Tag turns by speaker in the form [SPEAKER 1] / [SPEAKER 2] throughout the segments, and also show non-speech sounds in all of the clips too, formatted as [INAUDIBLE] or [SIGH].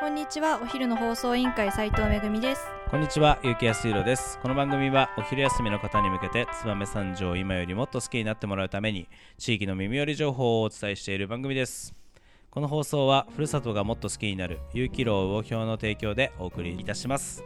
[SPEAKER 1] こんにちはお昼の放送委員会斉藤めぐみです
[SPEAKER 2] こんにちは、ゆうきやすいろです。この番組はお昼休みの方に向けて、燕三条を今よりもっと好きになってもらうために、地域の耳寄り情報をお伝えしている番組です。この放送は、ふるさとがもっと好きになる、有機楼魚表の提供でお送りいたします。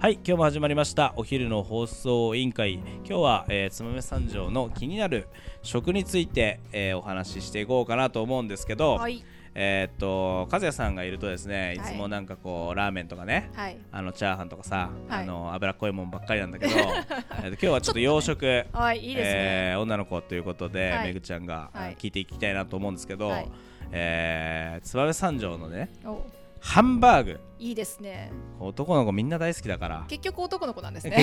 [SPEAKER 2] はい、今日も始まりました、お昼の放送委員会。今日は、えー、燕三条の気になる食について、えーお話ししていこうかなと思うんですけど、
[SPEAKER 1] はい
[SPEAKER 2] えーっと、和也さんがいるとですね、い
[SPEAKER 1] はい
[SPEAKER 2] つもなんかこう、ラーメンとかね、
[SPEAKER 1] はい
[SPEAKER 2] あのチャーハンとかさ、
[SPEAKER 1] はい
[SPEAKER 2] あの脂っこいもんばっかりなん
[SPEAKER 1] [LAUGHS]
[SPEAKER 2] だけどえっと今日はちょっと洋食
[SPEAKER 1] はいいいですね、
[SPEAKER 2] えー女の子ということで、
[SPEAKER 1] はい
[SPEAKER 2] めぐちゃんが、あの
[SPEAKER 1] はい
[SPEAKER 2] 聞いていきたいなと思うんですけど、
[SPEAKER 1] はい
[SPEAKER 2] えー、燕三条のね
[SPEAKER 1] お
[SPEAKER 2] ハンバーグ
[SPEAKER 1] いいですね
[SPEAKER 2] 男の子みんな大好き
[SPEAKER 1] [LAUGHS]
[SPEAKER 2] だから
[SPEAKER 1] 結局男の子なんですね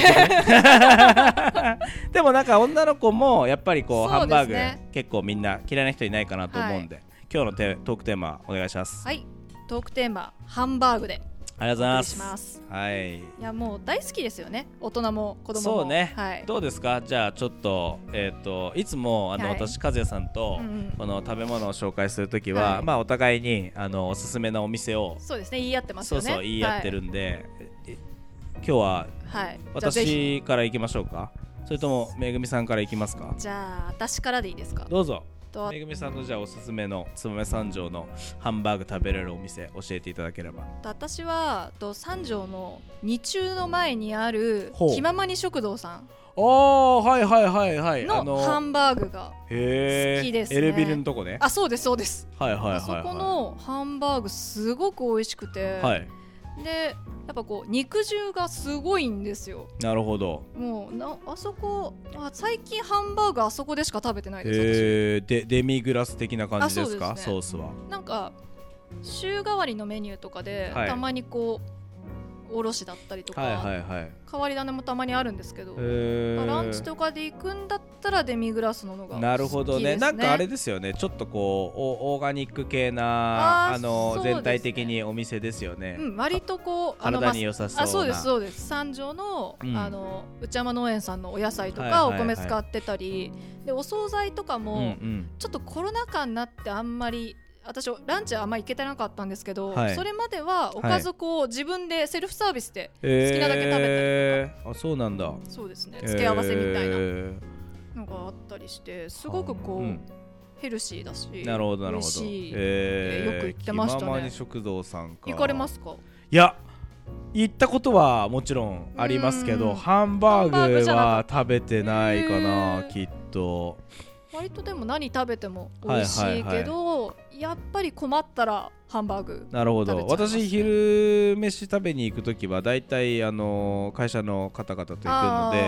[SPEAKER 2] でもなんか女の子もやっぱりこう
[SPEAKER 1] そ
[SPEAKER 2] ハ
[SPEAKER 1] う
[SPEAKER 2] ン
[SPEAKER 1] で
[SPEAKER 2] バ
[SPEAKER 1] す
[SPEAKER 2] ー
[SPEAKER 1] ね
[SPEAKER 2] グ結構みんな嫌いな人いないかなと思うんで、今日のテトークテーマお願いしま
[SPEAKER 1] [LAUGHS]
[SPEAKER 2] す、
[SPEAKER 1] はいトークテーマハンバーグで
[SPEAKER 2] ありがとうご
[SPEAKER 1] お
[SPEAKER 2] ざ
[SPEAKER 1] 送
[SPEAKER 2] いま
[SPEAKER 1] りし
[SPEAKER 2] す
[SPEAKER 1] ます
[SPEAKER 2] はい
[SPEAKER 1] いやもう大好きですよね大人も子供も
[SPEAKER 2] そうね、
[SPEAKER 1] はい
[SPEAKER 2] どうですかじゃあちょっとえっ、といつもあの、
[SPEAKER 1] はい
[SPEAKER 2] 私和也さんと、
[SPEAKER 1] うんうん
[SPEAKER 2] この食べ物を紹介するときは、
[SPEAKER 1] はい
[SPEAKER 2] まあお互いにあのおすすめなお店を、
[SPEAKER 1] そうですね言い合ってます
[SPEAKER 2] そ
[SPEAKER 1] よ
[SPEAKER 2] う
[SPEAKER 1] ね
[SPEAKER 2] そう言い合ってるんで、え今日は
[SPEAKER 1] はい、はい、じゃあぜひ
[SPEAKER 2] 私から行きましょうかそれともめぐみさんから行きますか
[SPEAKER 1] じゃあ私からでいいですか
[SPEAKER 2] どうぞ
[SPEAKER 1] と
[SPEAKER 2] めぐみさんのじゃあおすすめの燕三条のハンバーグ食べれるお店教えていただければ
[SPEAKER 1] 私はと三条の二中の前にある
[SPEAKER 2] ほう
[SPEAKER 1] 気ままに食堂さん
[SPEAKER 2] ああはいはいはいはい
[SPEAKER 1] のハンバーグが
[SPEAKER 2] へー
[SPEAKER 1] 好きですね
[SPEAKER 2] エレビルのとこね
[SPEAKER 1] あそうですそうです
[SPEAKER 2] はいはいはい、はい、
[SPEAKER 1] あそこのハンバーグすごく美味しくて、
[SPEAKER 2] はい
[SPEAKER 1] でやっぱこう肉汁がすごいんですよ
[SPEAKER 2] なるほど
[SPEAKER 1] もうなあそこあ最近ハンバーグあそこでしか食べてないです
[SPEAKER 2] えー、でデミグラス的な感じですか
[SPEAKER 1] あ
[SPEAKER 2] ソ
[SPEAKER 1] そう
[SPEAKER 2] ースは
[SPEAKER 1] 私なんか週替わりのメニューとかで、
[SPEAKER 2] はい
[SPEAKER 1] たまにこうおろしだったりとか、
[SPEAKER 2] はいはいはい
[SPEAKER 1] 変わり種もたまにあるんですけど、
[SPEAKER 2] え
[SPEAKER 1] まあランチとかで行くんだったらデミグラスののが好きです、ね、
[SPEAKER 2] なるほどねなんかあれですよねちょっとこうオオーガニック系な
[SPEAKER 1] あー
[SPEAKER 2] あの、
[SPEAKER 1] そうですね
[SPEAKER 2] 全体的にお店ですよね、
[SPEAKER 1] うん、割とこうあの
[SPEAKER 2] 体に良さそうな
[SPEAKER 1] あそうですそうです三条の,、
[SPEAKER 2] うん
[SPEAKER 1] あの内山農園さんのお野菜と
[SPEAKER 2] はいは
[SPEAKER 1] か
[SPEAKER 2] い
[SPEAKER 1] お
[SPEAKER 2] はい
[SPEAKER 1] 米使ってたり、でお惣菜とか
[SPEAKER 2] うん
[SPEAKER 1] も、
[SPEAKER 2] うん
[SPEAKER 1] ちょっとコロナ禍になってあんまり私ランチはあんまり行けてなかったんですけど、
[SPEAKER 2] はい
[SPEAKER 1] それまではおかずこう、自分でセルフサービスで
[SPEAKER 2] 好
[SPEAKER 1] きなだけ食べたりとか
[SPEAKER 2] えー、あそうなんだ
[SPEAKER 1] そうですね付け合わせみたいな
[SPEAKER 2] え
[SPEAKER 1] のがあったりしてす
[SPEAKER 2] ー
[SPEAKER 1] ごくこう、
[SPEAKER 2] ん
[SPEAKER 1] ヘルシーだし
[SPEAKER 2] なるほどなる
[SPEAKER 1] 美
[SPEAKER 2] ほ
[SPEAKER 1] 味
[SPEAKER 2] ど
[SPEAKER 1] しい、
[SPEAKER 2] え
[SPEAKER 1] よく行ってましたね
[SPEAKER 2] 気ままに食堂さんか
[SPEAKER 1] 行かれますすか
[SPEAKER 2] いや行ったことはもちろんありますけ
[SPEAKER 1] うん
[SPEAKER 2] どハンバ
[SPEAKER 1] ハンバーグ
[SPEAKER 2] ー
[SPEAKER 1] じ
[SPEAKER 2] グ
[SPEAKER 1] ゃなか
[SPEAKER 2] は食べてないか
[SPEAKER 1] へ
[SPEAKER 2] な
[SPEAKER 1] ー
[SPEAKER 2] きっと
[SPEAKER 1] 割とでも何食べても美味しいけど、やっぱり困ったらハンバーグ
[SPEAKER 2] なるほ
[SPEAKER 1] 食べちゃ
[SPEAKER 2] ど
[SPEAKER 1] いますね
[SPEAKER 2] 私昼飯食べに行く時は大体あの会社の方々と行くので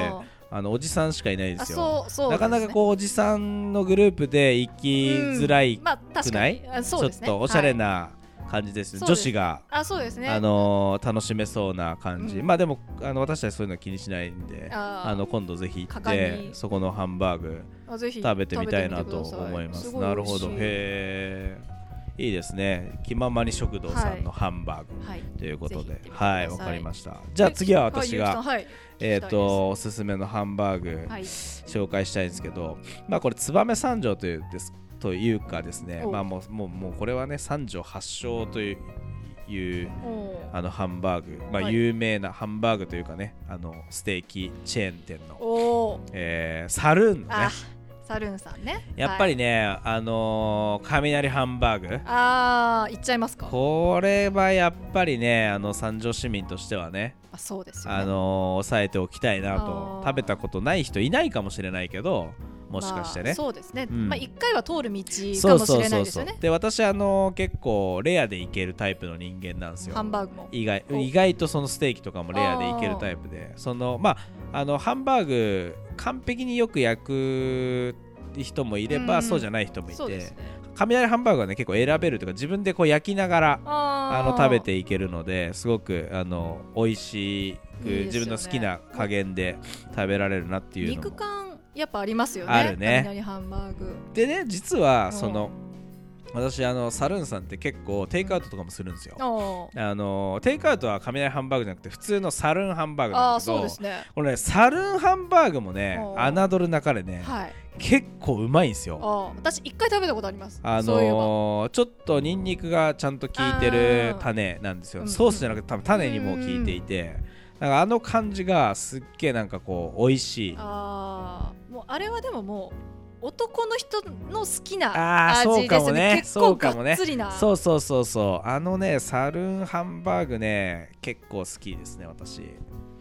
[SPEAKER 1] あ
[SPEAKER 2] あのおじさんしかいないん
[SPEAKER 1] ー
[SPEAKER 2] で
[SPEAKER 1] あ
[SPEAKER 2] すよ
[SPEAKER 1] そうそう
[SPEAKER 2] なかなかこうおじさんのグループで行きづらい、
[SPEAKER 1] うまあ確かに
[SPEAKER 2] く
[SPEAKER 1] あそうです
[SPEAKER 2] ちょ
[SPEAKER 1] ね
[SPEAKER 2] っとおしゃれ
[SPEAKER 1] はい
[SPEAKER 2] な感じですね、
[SPEAKER 1] そうで
[SPEAKER 2] 女
[SPEAKER 1] す
[SPEAKER 2] 子が、
[SPEAKER 1] あそうですね
[SPEAKER 2] あの楽しめそうな感じ、
[SPEAKER 1] うん
[SPEAKER 2] まあでもあの私たちそういうの気にしないんで
[SPEAKER 1] あー
[SPEAKER 2] あの今度ぜひ行っ
[SPEAKER 1] 果敢
[SPEAKER 2] て
[SPEAKER 1] に
[SPEAKER 2] そこのハンバーグ
[SPEAKER 1] あぜひ
[SPEAKER 2] 食べてみたいな
[SPEAKER 1] 食べてみ
[SPEAKER 2] と
[SPEAKER 1] てくださ
[SPEAKER 2] 思います
[SPEAKER 1] ご
[SPEAKER 2] なるほど
[SPEAKER 1] 美
[SPEAKER 2] へ
[SPEAKER 1] 味しい
[SPEAKER 2] えいいですね気ままに食堂さんのハンバーグ、
[SPEAKER 1] はい
[SPEAKER 2] ということ
[SPEAKER 1] ぜ
[SPEAKER 2] で
[SPEAKER 1] ひ行ってみてくださ
[SPEAKER 2] はいいわかりましたじゃあ次は私
[SPEAKER 1] ゆうきさん
[SPEAKER 2] が
[SPEAKER 1] はい
[SPEAKER 2] え
[SPEAKER 1] 聞きた
[SPEAKER 2] っ
[SPEAKER 1] いです
[SPEAKER 2] とおすすめのハンバーグ
[SPEAKER 1] はい
[SPEAKER 2] 紹介したいんですけどまあこれ燕三条というですというかですね
[SPEAKER 1] お
[SPEAKER 2] まあもうもうもうこれはね三条発祥といういう
[SPEAKER 1] おー
[SPEAKER 2] あのハンバーグまあ
[SPEAKER 1] はい
[SPEAKER 2] 有名なハンバーグというかねあのステーキチェーン店の
[SPEAKER 1] おー
[SPEAKER 2] えーサルーンのね
[SPEAKER 1] あサルーンさんね
[SPEAKER 2] やっぱ
[SPEAKER 1] はい
[SPEAKER 2] りねあのー雷ハンバーグ
[SPEAKER 1] あー行っちゃいますか
[SPEAKER 2] これはやっぱりねあの三条市民としてはね
[SPEAKER 1] あそうですよね
[SPEAKER 2] あのー抑えておきたいな
[SPEAKER 1] あ
[SPEAKER 2] と
[SPEAKER 1] ー
[SPEAKER 2] 食べたことない人いないかもしれないけどもしかして
[SPEAKER 1] まあ
[SPEAKER 2] ね、
[SPEAKER 1] そうですね
[SPEAKER 2] うん
[SPEAKER 1] まあ一回は通る道かもしれないですよね
[SPEAKER 2] で私あのー結構レアでいけるタイプの人間なんですよ
[SPEAKER 1] ハンバーグも
[SPEAKER 2] 意外
[SPEAKER 1] お
[SPEAKER 2] 意外とそのステーキとかもレアでいけるタイプでそのまああのハンバーグ完璧によく焼く人もいれば、
[SPEAKER 1] うん
[SPEAKER 2] そうじゃない人もい
[SPEAKER 1] そうで
[SPEAKER 2] て、
[SPEAKER 1] すね
[SPEAKER 2] 雷ハンバーグはね結構選べるというか自分でこう焼きながらあ
[SPEAKER 1] あー
[SPEAKER 2] の食べていけるのですごくあの美味しく
[SPEAKER 1] いいです
[SPEAKER 2] 自
[SPEAKER 1] よね
[SPEAKER 2] 分の好きな加減で食べられるなっていうの
[SPEAKER 1] 肉
[SPEAKER 2] も
[SPEAKER 1] 感やっぱありますよね
[SPEAKER 2] あるね
[SPEAKER 1] 雷ハンバーグ
[SPEAKER 2] でね実は
[SPEAKER 1] ん
[SPEAKER 2] その私あのサルーンさんって結構テイクアウトとかもするんですよ、
[SPEAKER 1] あ
[SPEAKER 2] あのテイクアウトは雷ハンバーグじゃなくて普通のサルーンハンバーグ
[SPEAKER 1] あー
[SPEAKER 2] なんだけど
[SPEAKER 1] そうですね
[SPEAKER 2] これねサルーンハンバーグもね
[SPEAKER 1] おー
[SPEAKER 2] 侮るなかれね
[SPEAKER 1] はい
[SPEAKER 2] 結構うまいんです
[SPEAKER 1] あ
[SPEAKER 2] よ
[SPEAKER 1] ー私一回食べたことあります
[SPEAKER 2] あ
[SPEAKER 1] そういえば
[SPEAKER 2] のーちょっとニンニクがちゃんと効いてる
[SPEAKER 1] あー
[SPEAKER 2] 種なんですよ
[SPEAKER 1] うん
[SPEAKER 2] ソースじゃなくて多分種にも効いていてなんかあの感じがすっげえなんかこう美味しい
[SPEAKER 1] あーもうあれはでももう男の人の好き
[SPEAKER 2] あ
[SPEAKER 1] な
[SPEAKER 2] ー
[SPEAKER 1] 味
[SPEAKER 2] そうか
[SPEAKER 1] です
[SPEAKER 2] も
[SPEAKER 1] よ
[SPEAKER 2] ね
[SPEAKER 1] ね結
[SPEAKER 2] そ
[SPEAKER 1] 構
[SPEAKER 2] うかもね
[SPEAKER 1] がっつりな
[SPEAKER 2] そうそうそうそうあのねサルーンハンバーグね結構好きですね私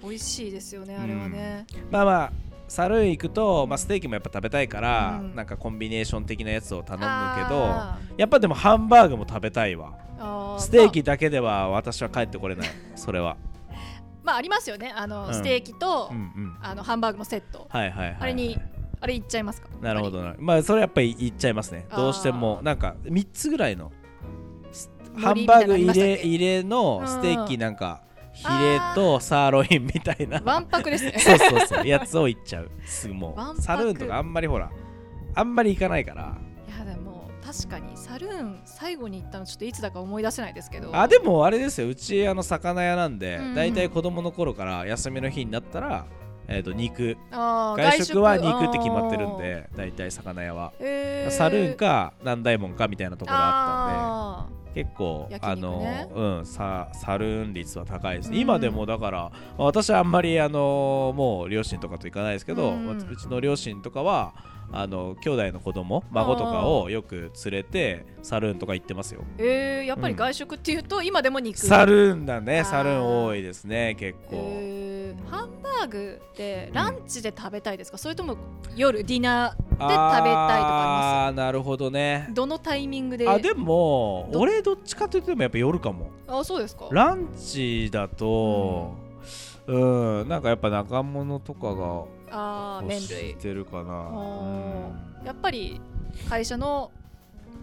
[SPEAKER 1] 美味しいですよねあれはね、
[SPEAKER 2] まあまあサルーン行くと、まあ、ステーキもやっぱ食べたいから、
[SPEAKER 1] うん
[SPEAKER 2] なんかコンビネーション的なやつを頼むけど
[SPEAKER 1] あ
[SPEAKER 2] やっぱでもハンバーグも食べたいわ
[SPEAKER 1] ーあ
[SPEAKER 2] ステー
[SPEAKER 1] ま
[SPEAKER 2] キだけでは私は帰ってこれないそれは
[SPEAKER 1] あ、まあ、ありますよねあの、
[SPEAKER 2] うん
[SPEAKER 1] ステーキと、
[SPEAKER 2] うんうん
[SPEAKER 1] あのハンバーグのセット
[SPEAKER 2] はいはいはいはい
[SPEAKER 1] あれにあれいっちゃいますか
[SPEAKER 2] なるほどなまあそれやっぱり言っちゃいますね
[SPEAKER 1] あー
[SPEAKER 2] どうしてもなんか3つぐらいの
[SPEAKER 1] 盛りみたいなのありました
[SPEAKER 2] すハンバーグ入
[SPEAKER 1] っけ
[SPEAKER 2] れ入れのステーキなんかヒレとサーロインみたいな
[SPEAKER 1] わんぱくですね [LAUGHS]
[SPEAKER 2] そうそうそうやつを言っちゃうすぐも
[SPEAKER 1] わんぱ
[SPEAKER 2] う
[SPEAKER 1] く
[SPEAKER 2] サルーンとかあんまりほらあんまり行かないから
[SPEAKER 1] いやでも確かにサルーン最後に行ったのちょっといつだか思い出せないですけど
[SPEAKER 2] あでもあれですようちあの魚屋なんで、
[SPEAKER 1] うんうん
[SPEAKER 2] だいたい子供の頃から休みの日になったら、えー、と肉
[SPEAKER 1] あー
[SPEAKER 2] 外食は肉って決まってるんでだいたい魚屋は、
[SPEAKER 1] あーへー
[SPEAKER 2] サルーンか南大門かみたいなところあっ
[SPEAKER 1] あ
[SPEAKER 2] たんで結構、
[SPEAKER 1] 焼
[SPEAKER 2] あ
[SPEAKER 1] 肉ね
[SPEAKER 2] のうんササルーン率は高いです、
[SPEAKER 1] うん
[SPEAKER 2] 今でもだから私はあんまりあのもう両親とかと行かないですけど、
[SPEAKER 1] うん
[SPEAKER 2] わうちの両親とかはあの兄弟の子供孫とかをよく連れてサルーンとか行ってますよ
[SPEAKER 1] ーえーやっぱり外食っていうと今でも肉
[SPEAKER 2] サルーンだね
[SPEAKER 1] あー
[SPEAKER 2] サルーン多いですね結構
[SPEAKER 1] えーハンバーグってランチで食べたいですか、それとも夜ディナーで食べたいとかありま
[SPEAKER 2] あーなるほどね
[SPEAKER 1] すどのタイミングで
[SPEAKER 2] あでも
[SPEAKER 1] ど
[SPEAKER 2] 俺どっちかといってもやっぱ夜かも
[SPEAKER 1] あそうですか
[SPEAKER 2] ランチだとうん、なんかやっぱ中物とかが
[SPEAKER 1] あー
[SPEAKER 2] 欲
[SPEAKER 1] 麺
[SPEAKER 2] し
[SPEAKER 1] 類
[SPEAKER 2] てる
[SPEAKER 1] あ
[SPEAKER 2] かなうん
[SPEAKER 1] ーやっぱり会社の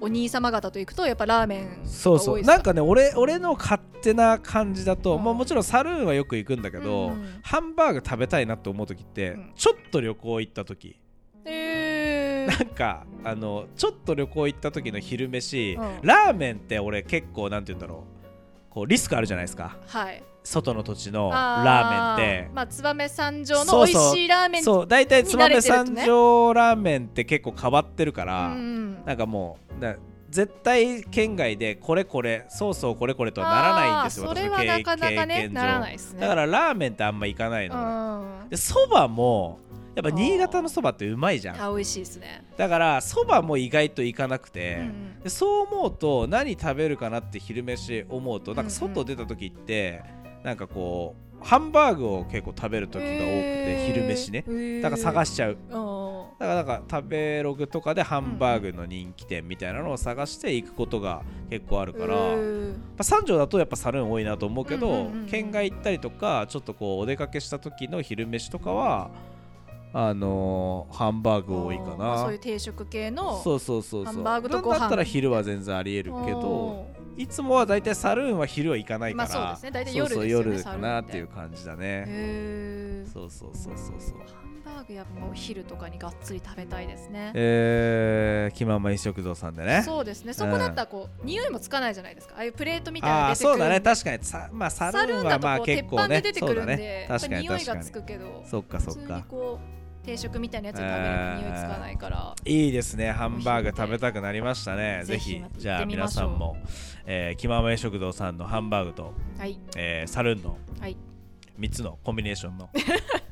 [SPEAKER 1] お兄様方と行くとやっぱラーメンが多いですか
[SPEAKER 2] そうそうなんかね俺俺の勝手な感じだと、
[SPEAKER 1] うん
[SPEAKER 2] まあ、もちろんサルーンはよく行くんだけど、
[SPEAKER 1] うん
[SPEAKER 2] ハンバーグ食べたいなと思う時って、
[SPEAKER 1] うん
[SPEAKER 2] ちょっと旅行行った時
[SPEAKER 1] え
[SPEAKER 2] な
[SPEAKER 1] ー
[SPEAKER 2] んかあのちょっと旅行行った時の昼飯、
[SPEAKER 1] うん
[SPEAKER 2] ラーメンって俺結構なんて言うんだろうこうリスクあるじゃないですか
[SPEAKER 1] はい
[SPEAKER 2] 外の土地の
[SPEAKER 1] あ
[SPEAKER 2] ラーメンって
[SPEAKER 1] まあ燕三条
[SPEAKER 2] そ
[SPEAKER 1] の
[SPEAKER 2] う
[SPEAKER 1] 美
[SPEAKER 2] そう
[SPEAKER 1] 味しいラーメン
[SPEAKER 2] そう大体
[SPEAKER 1] に
[SPEAKER 2] つ
[SPEAKER 1] 慣
[SPEAKER 2] ば
[SPEAKER 1] れ
[SPEAKER 2] め
[SPEAKER 1] てるとね
[SPEAKER 2] 三条ラーメンって結構変わってるか
[SPEAKER 1] う
[SPEAKER 2] ら、
[SPEAKER 1] ん
[SPEAKER 2] なんかもうな絶対県外でこれこれソースをこれこれとはならないんですよ
[SPEAKER 1] あーそ
[SPEAKER 2] 私
[SPEAKER 1] れ
[SPEAKER 2] の
[SPEAKER 1] はな
[SPEAKER 2] 経
[SPEAKER 1] かなか
[SPEAKER 2] 経
[SPEAKER 1] ね
[SPEAKER 2] 験上
[SPEAKER 1] ならないですね
[SPEAKER 2] だからラーメンってあんま行かないの俺、
[SPEAKER 1] うん
[SPEAKER 2] でそばもやっぱ新潟のそばってうまいじゃん
[SPEAKER 1] あ美味しいですね、
[SPEAKER 2] だからそばも意外と行かなくて、
[SPEAKER 1] うんうん
[SPEAKER 2] でそう思うと何食べるかなって昼飯思うとなんか
[SPEAKER 1] うんうん
[SPEAKER 2] 外出た時ってなんかこうハンバーグを結構食べる時が多くて昼飯ねだから探
[SPEAKER 1] し
[SPEAKER 2] しちゃう
[SPEAKER 1] うん
[SPEAKER 2] だからなんか食べログとかでハンバーグの人気店みたいなのを探して行くことが結構あるから、
[SPEAKER 1] う
[SPEAKER 2] ま
[SPEAKER 1] ー
[SPEAKER 2] あ、三条だとやっぱサルーン多いなと思うけど、
[SPEAKER 1] うんうんうんうん
[SPEAKER 2] 県外行ったりとかちょっとこうお出かけした時の昼飯とかはあのーハンバーグ多いか
[SPEAKER 1] まあ
[SPEAKER 2] な
[SPEAKER 1] そういう定食系の
[SPEAKER 2] そうそうそうそう
[SPEAKER 1] ハンバーグとご飯
[SPEAKER 2] なんだったら昼は全然ありえるけどいつもは大体サルーンは昼は行かないから、
[SPEAKER 1] まあそうですね大体夜ですよね
[SPEAKER 2] そうそう夜
[SPEAKER 1] サ
[SPEAKER 2] か
[SPEAKER 1] ルーンって
[SPEAKER 2] なっていう感じだ
[SPEAKER 1] うん
[SPEAKER 2] ね
[SPEAKER 1] へー
[SPEAKER 2] そうそうそうそうそう
[SPEAKER 1] ハンバーグやっぱお昼とかにがっつり食べたいですね
[SPEAKER 2] えー、気ままい食堂さんでね
[SPEAKER 1] そうですねそこだったらこう、匂いもつかないじゃないですかああいうプレートみたいな
[SPEAKER 2] あ
[SPEAKER 1] の
[SPEAKER 2] あ
[SPEAKER 1] 出てくる
[SPEAKER 2] そうだね確かにさまあサルーンはまあ
[SPEAKER 1] サルー
[SPEAKER 2] 結
[SPEAKER 1] ンだとこう
[SPEAKER 2] 構
[SPEAKER 1] 鉄板で
[SPEAKER 2] ね
[SPEAKER 1] 出て
[SPEAKER 2] そ
[SPEAKER 1] く
[SPEAKER 2] うだ
[SPEAKER 1] るんで、
[SPEAKER 2] ね確かに
[SPEAKER 1] やっぱ匂
[SPEAKER 2] 確か
[SPEAKER 1] いが
[SPEAKER 2] に
[SPEAKER 1] つくけど
[SPEAKER 2] そっか
[SPEAKER 1] 普
[SPEAKER 2] そっ
[SPEAKER 1] 通に
[SPEAKER 2] か
[SPEAKER 1] こう定食みたいなやつで食べると匂いつかないから
[SPEAKER 2] いいですねハンバーグ食べたくなりましたねぜ
[SPEAKER 1] ぜ
[SPEAKER 2] ひ
[SPEAKER 1] ひまた
[SPEAKER 2] じゃ
[SPEAKER 1] 行
[SPEAKER 2] あ
[SPEAKER 1] ってみ
[SPEAKER 2] 皆
[SPEAKER 1] まし
[SPEAKER 2] さ
[SPEAKER 1] ょうん
[SPEAKER 2] も、えー、気ままい食堂さんのハンバーグと、
[SPEAKER 1] はい [LAUGHS]
[SPEAKER 2] えー、サルーンの
[SPEAKER 1] はい
[SPEAKER 2] 3つのコンビネーショ
[SPEAKER 1] [LAUGHS]
[SPEAKER 2] ンの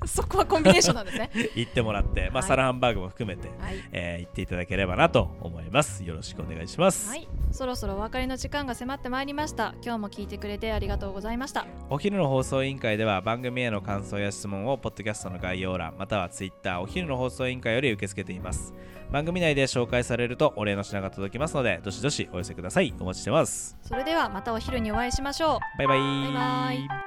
[SPEAKER 1] そこはコンビネーションなんですね
[SPEAKER 2] 行ってもらって、
[SPEAKER 1] は
[SPEAKER 2] まあ、
[SPEAKER 1] い
[SPEAKER 2] サラハンバーグも含めて、
[SPEAKER 1] [LAUGHS] はい
[SPEAKER 2] えー行っていただければなと思いますよろしくお願いします、
[SPEAKER 1] はい、そろそろお別れの時間が迫ってまいりました。今日も聞いてくれてありがとうございました。
[SPEAKER 2] お昼の放送委員会では番組への感想や質問をポッドキャストの概要欄またはツイッターお昼の放送委員会より受け付けています番組内で紹介されるとお礼の品が届きますのでどしどしお寄せくださいお待ちしてます
[SPEAKER 1] それではまたお昼にお会いしましょう。
[SPEAKER 2] バイバイ
[SPEAKER 1] バイバイ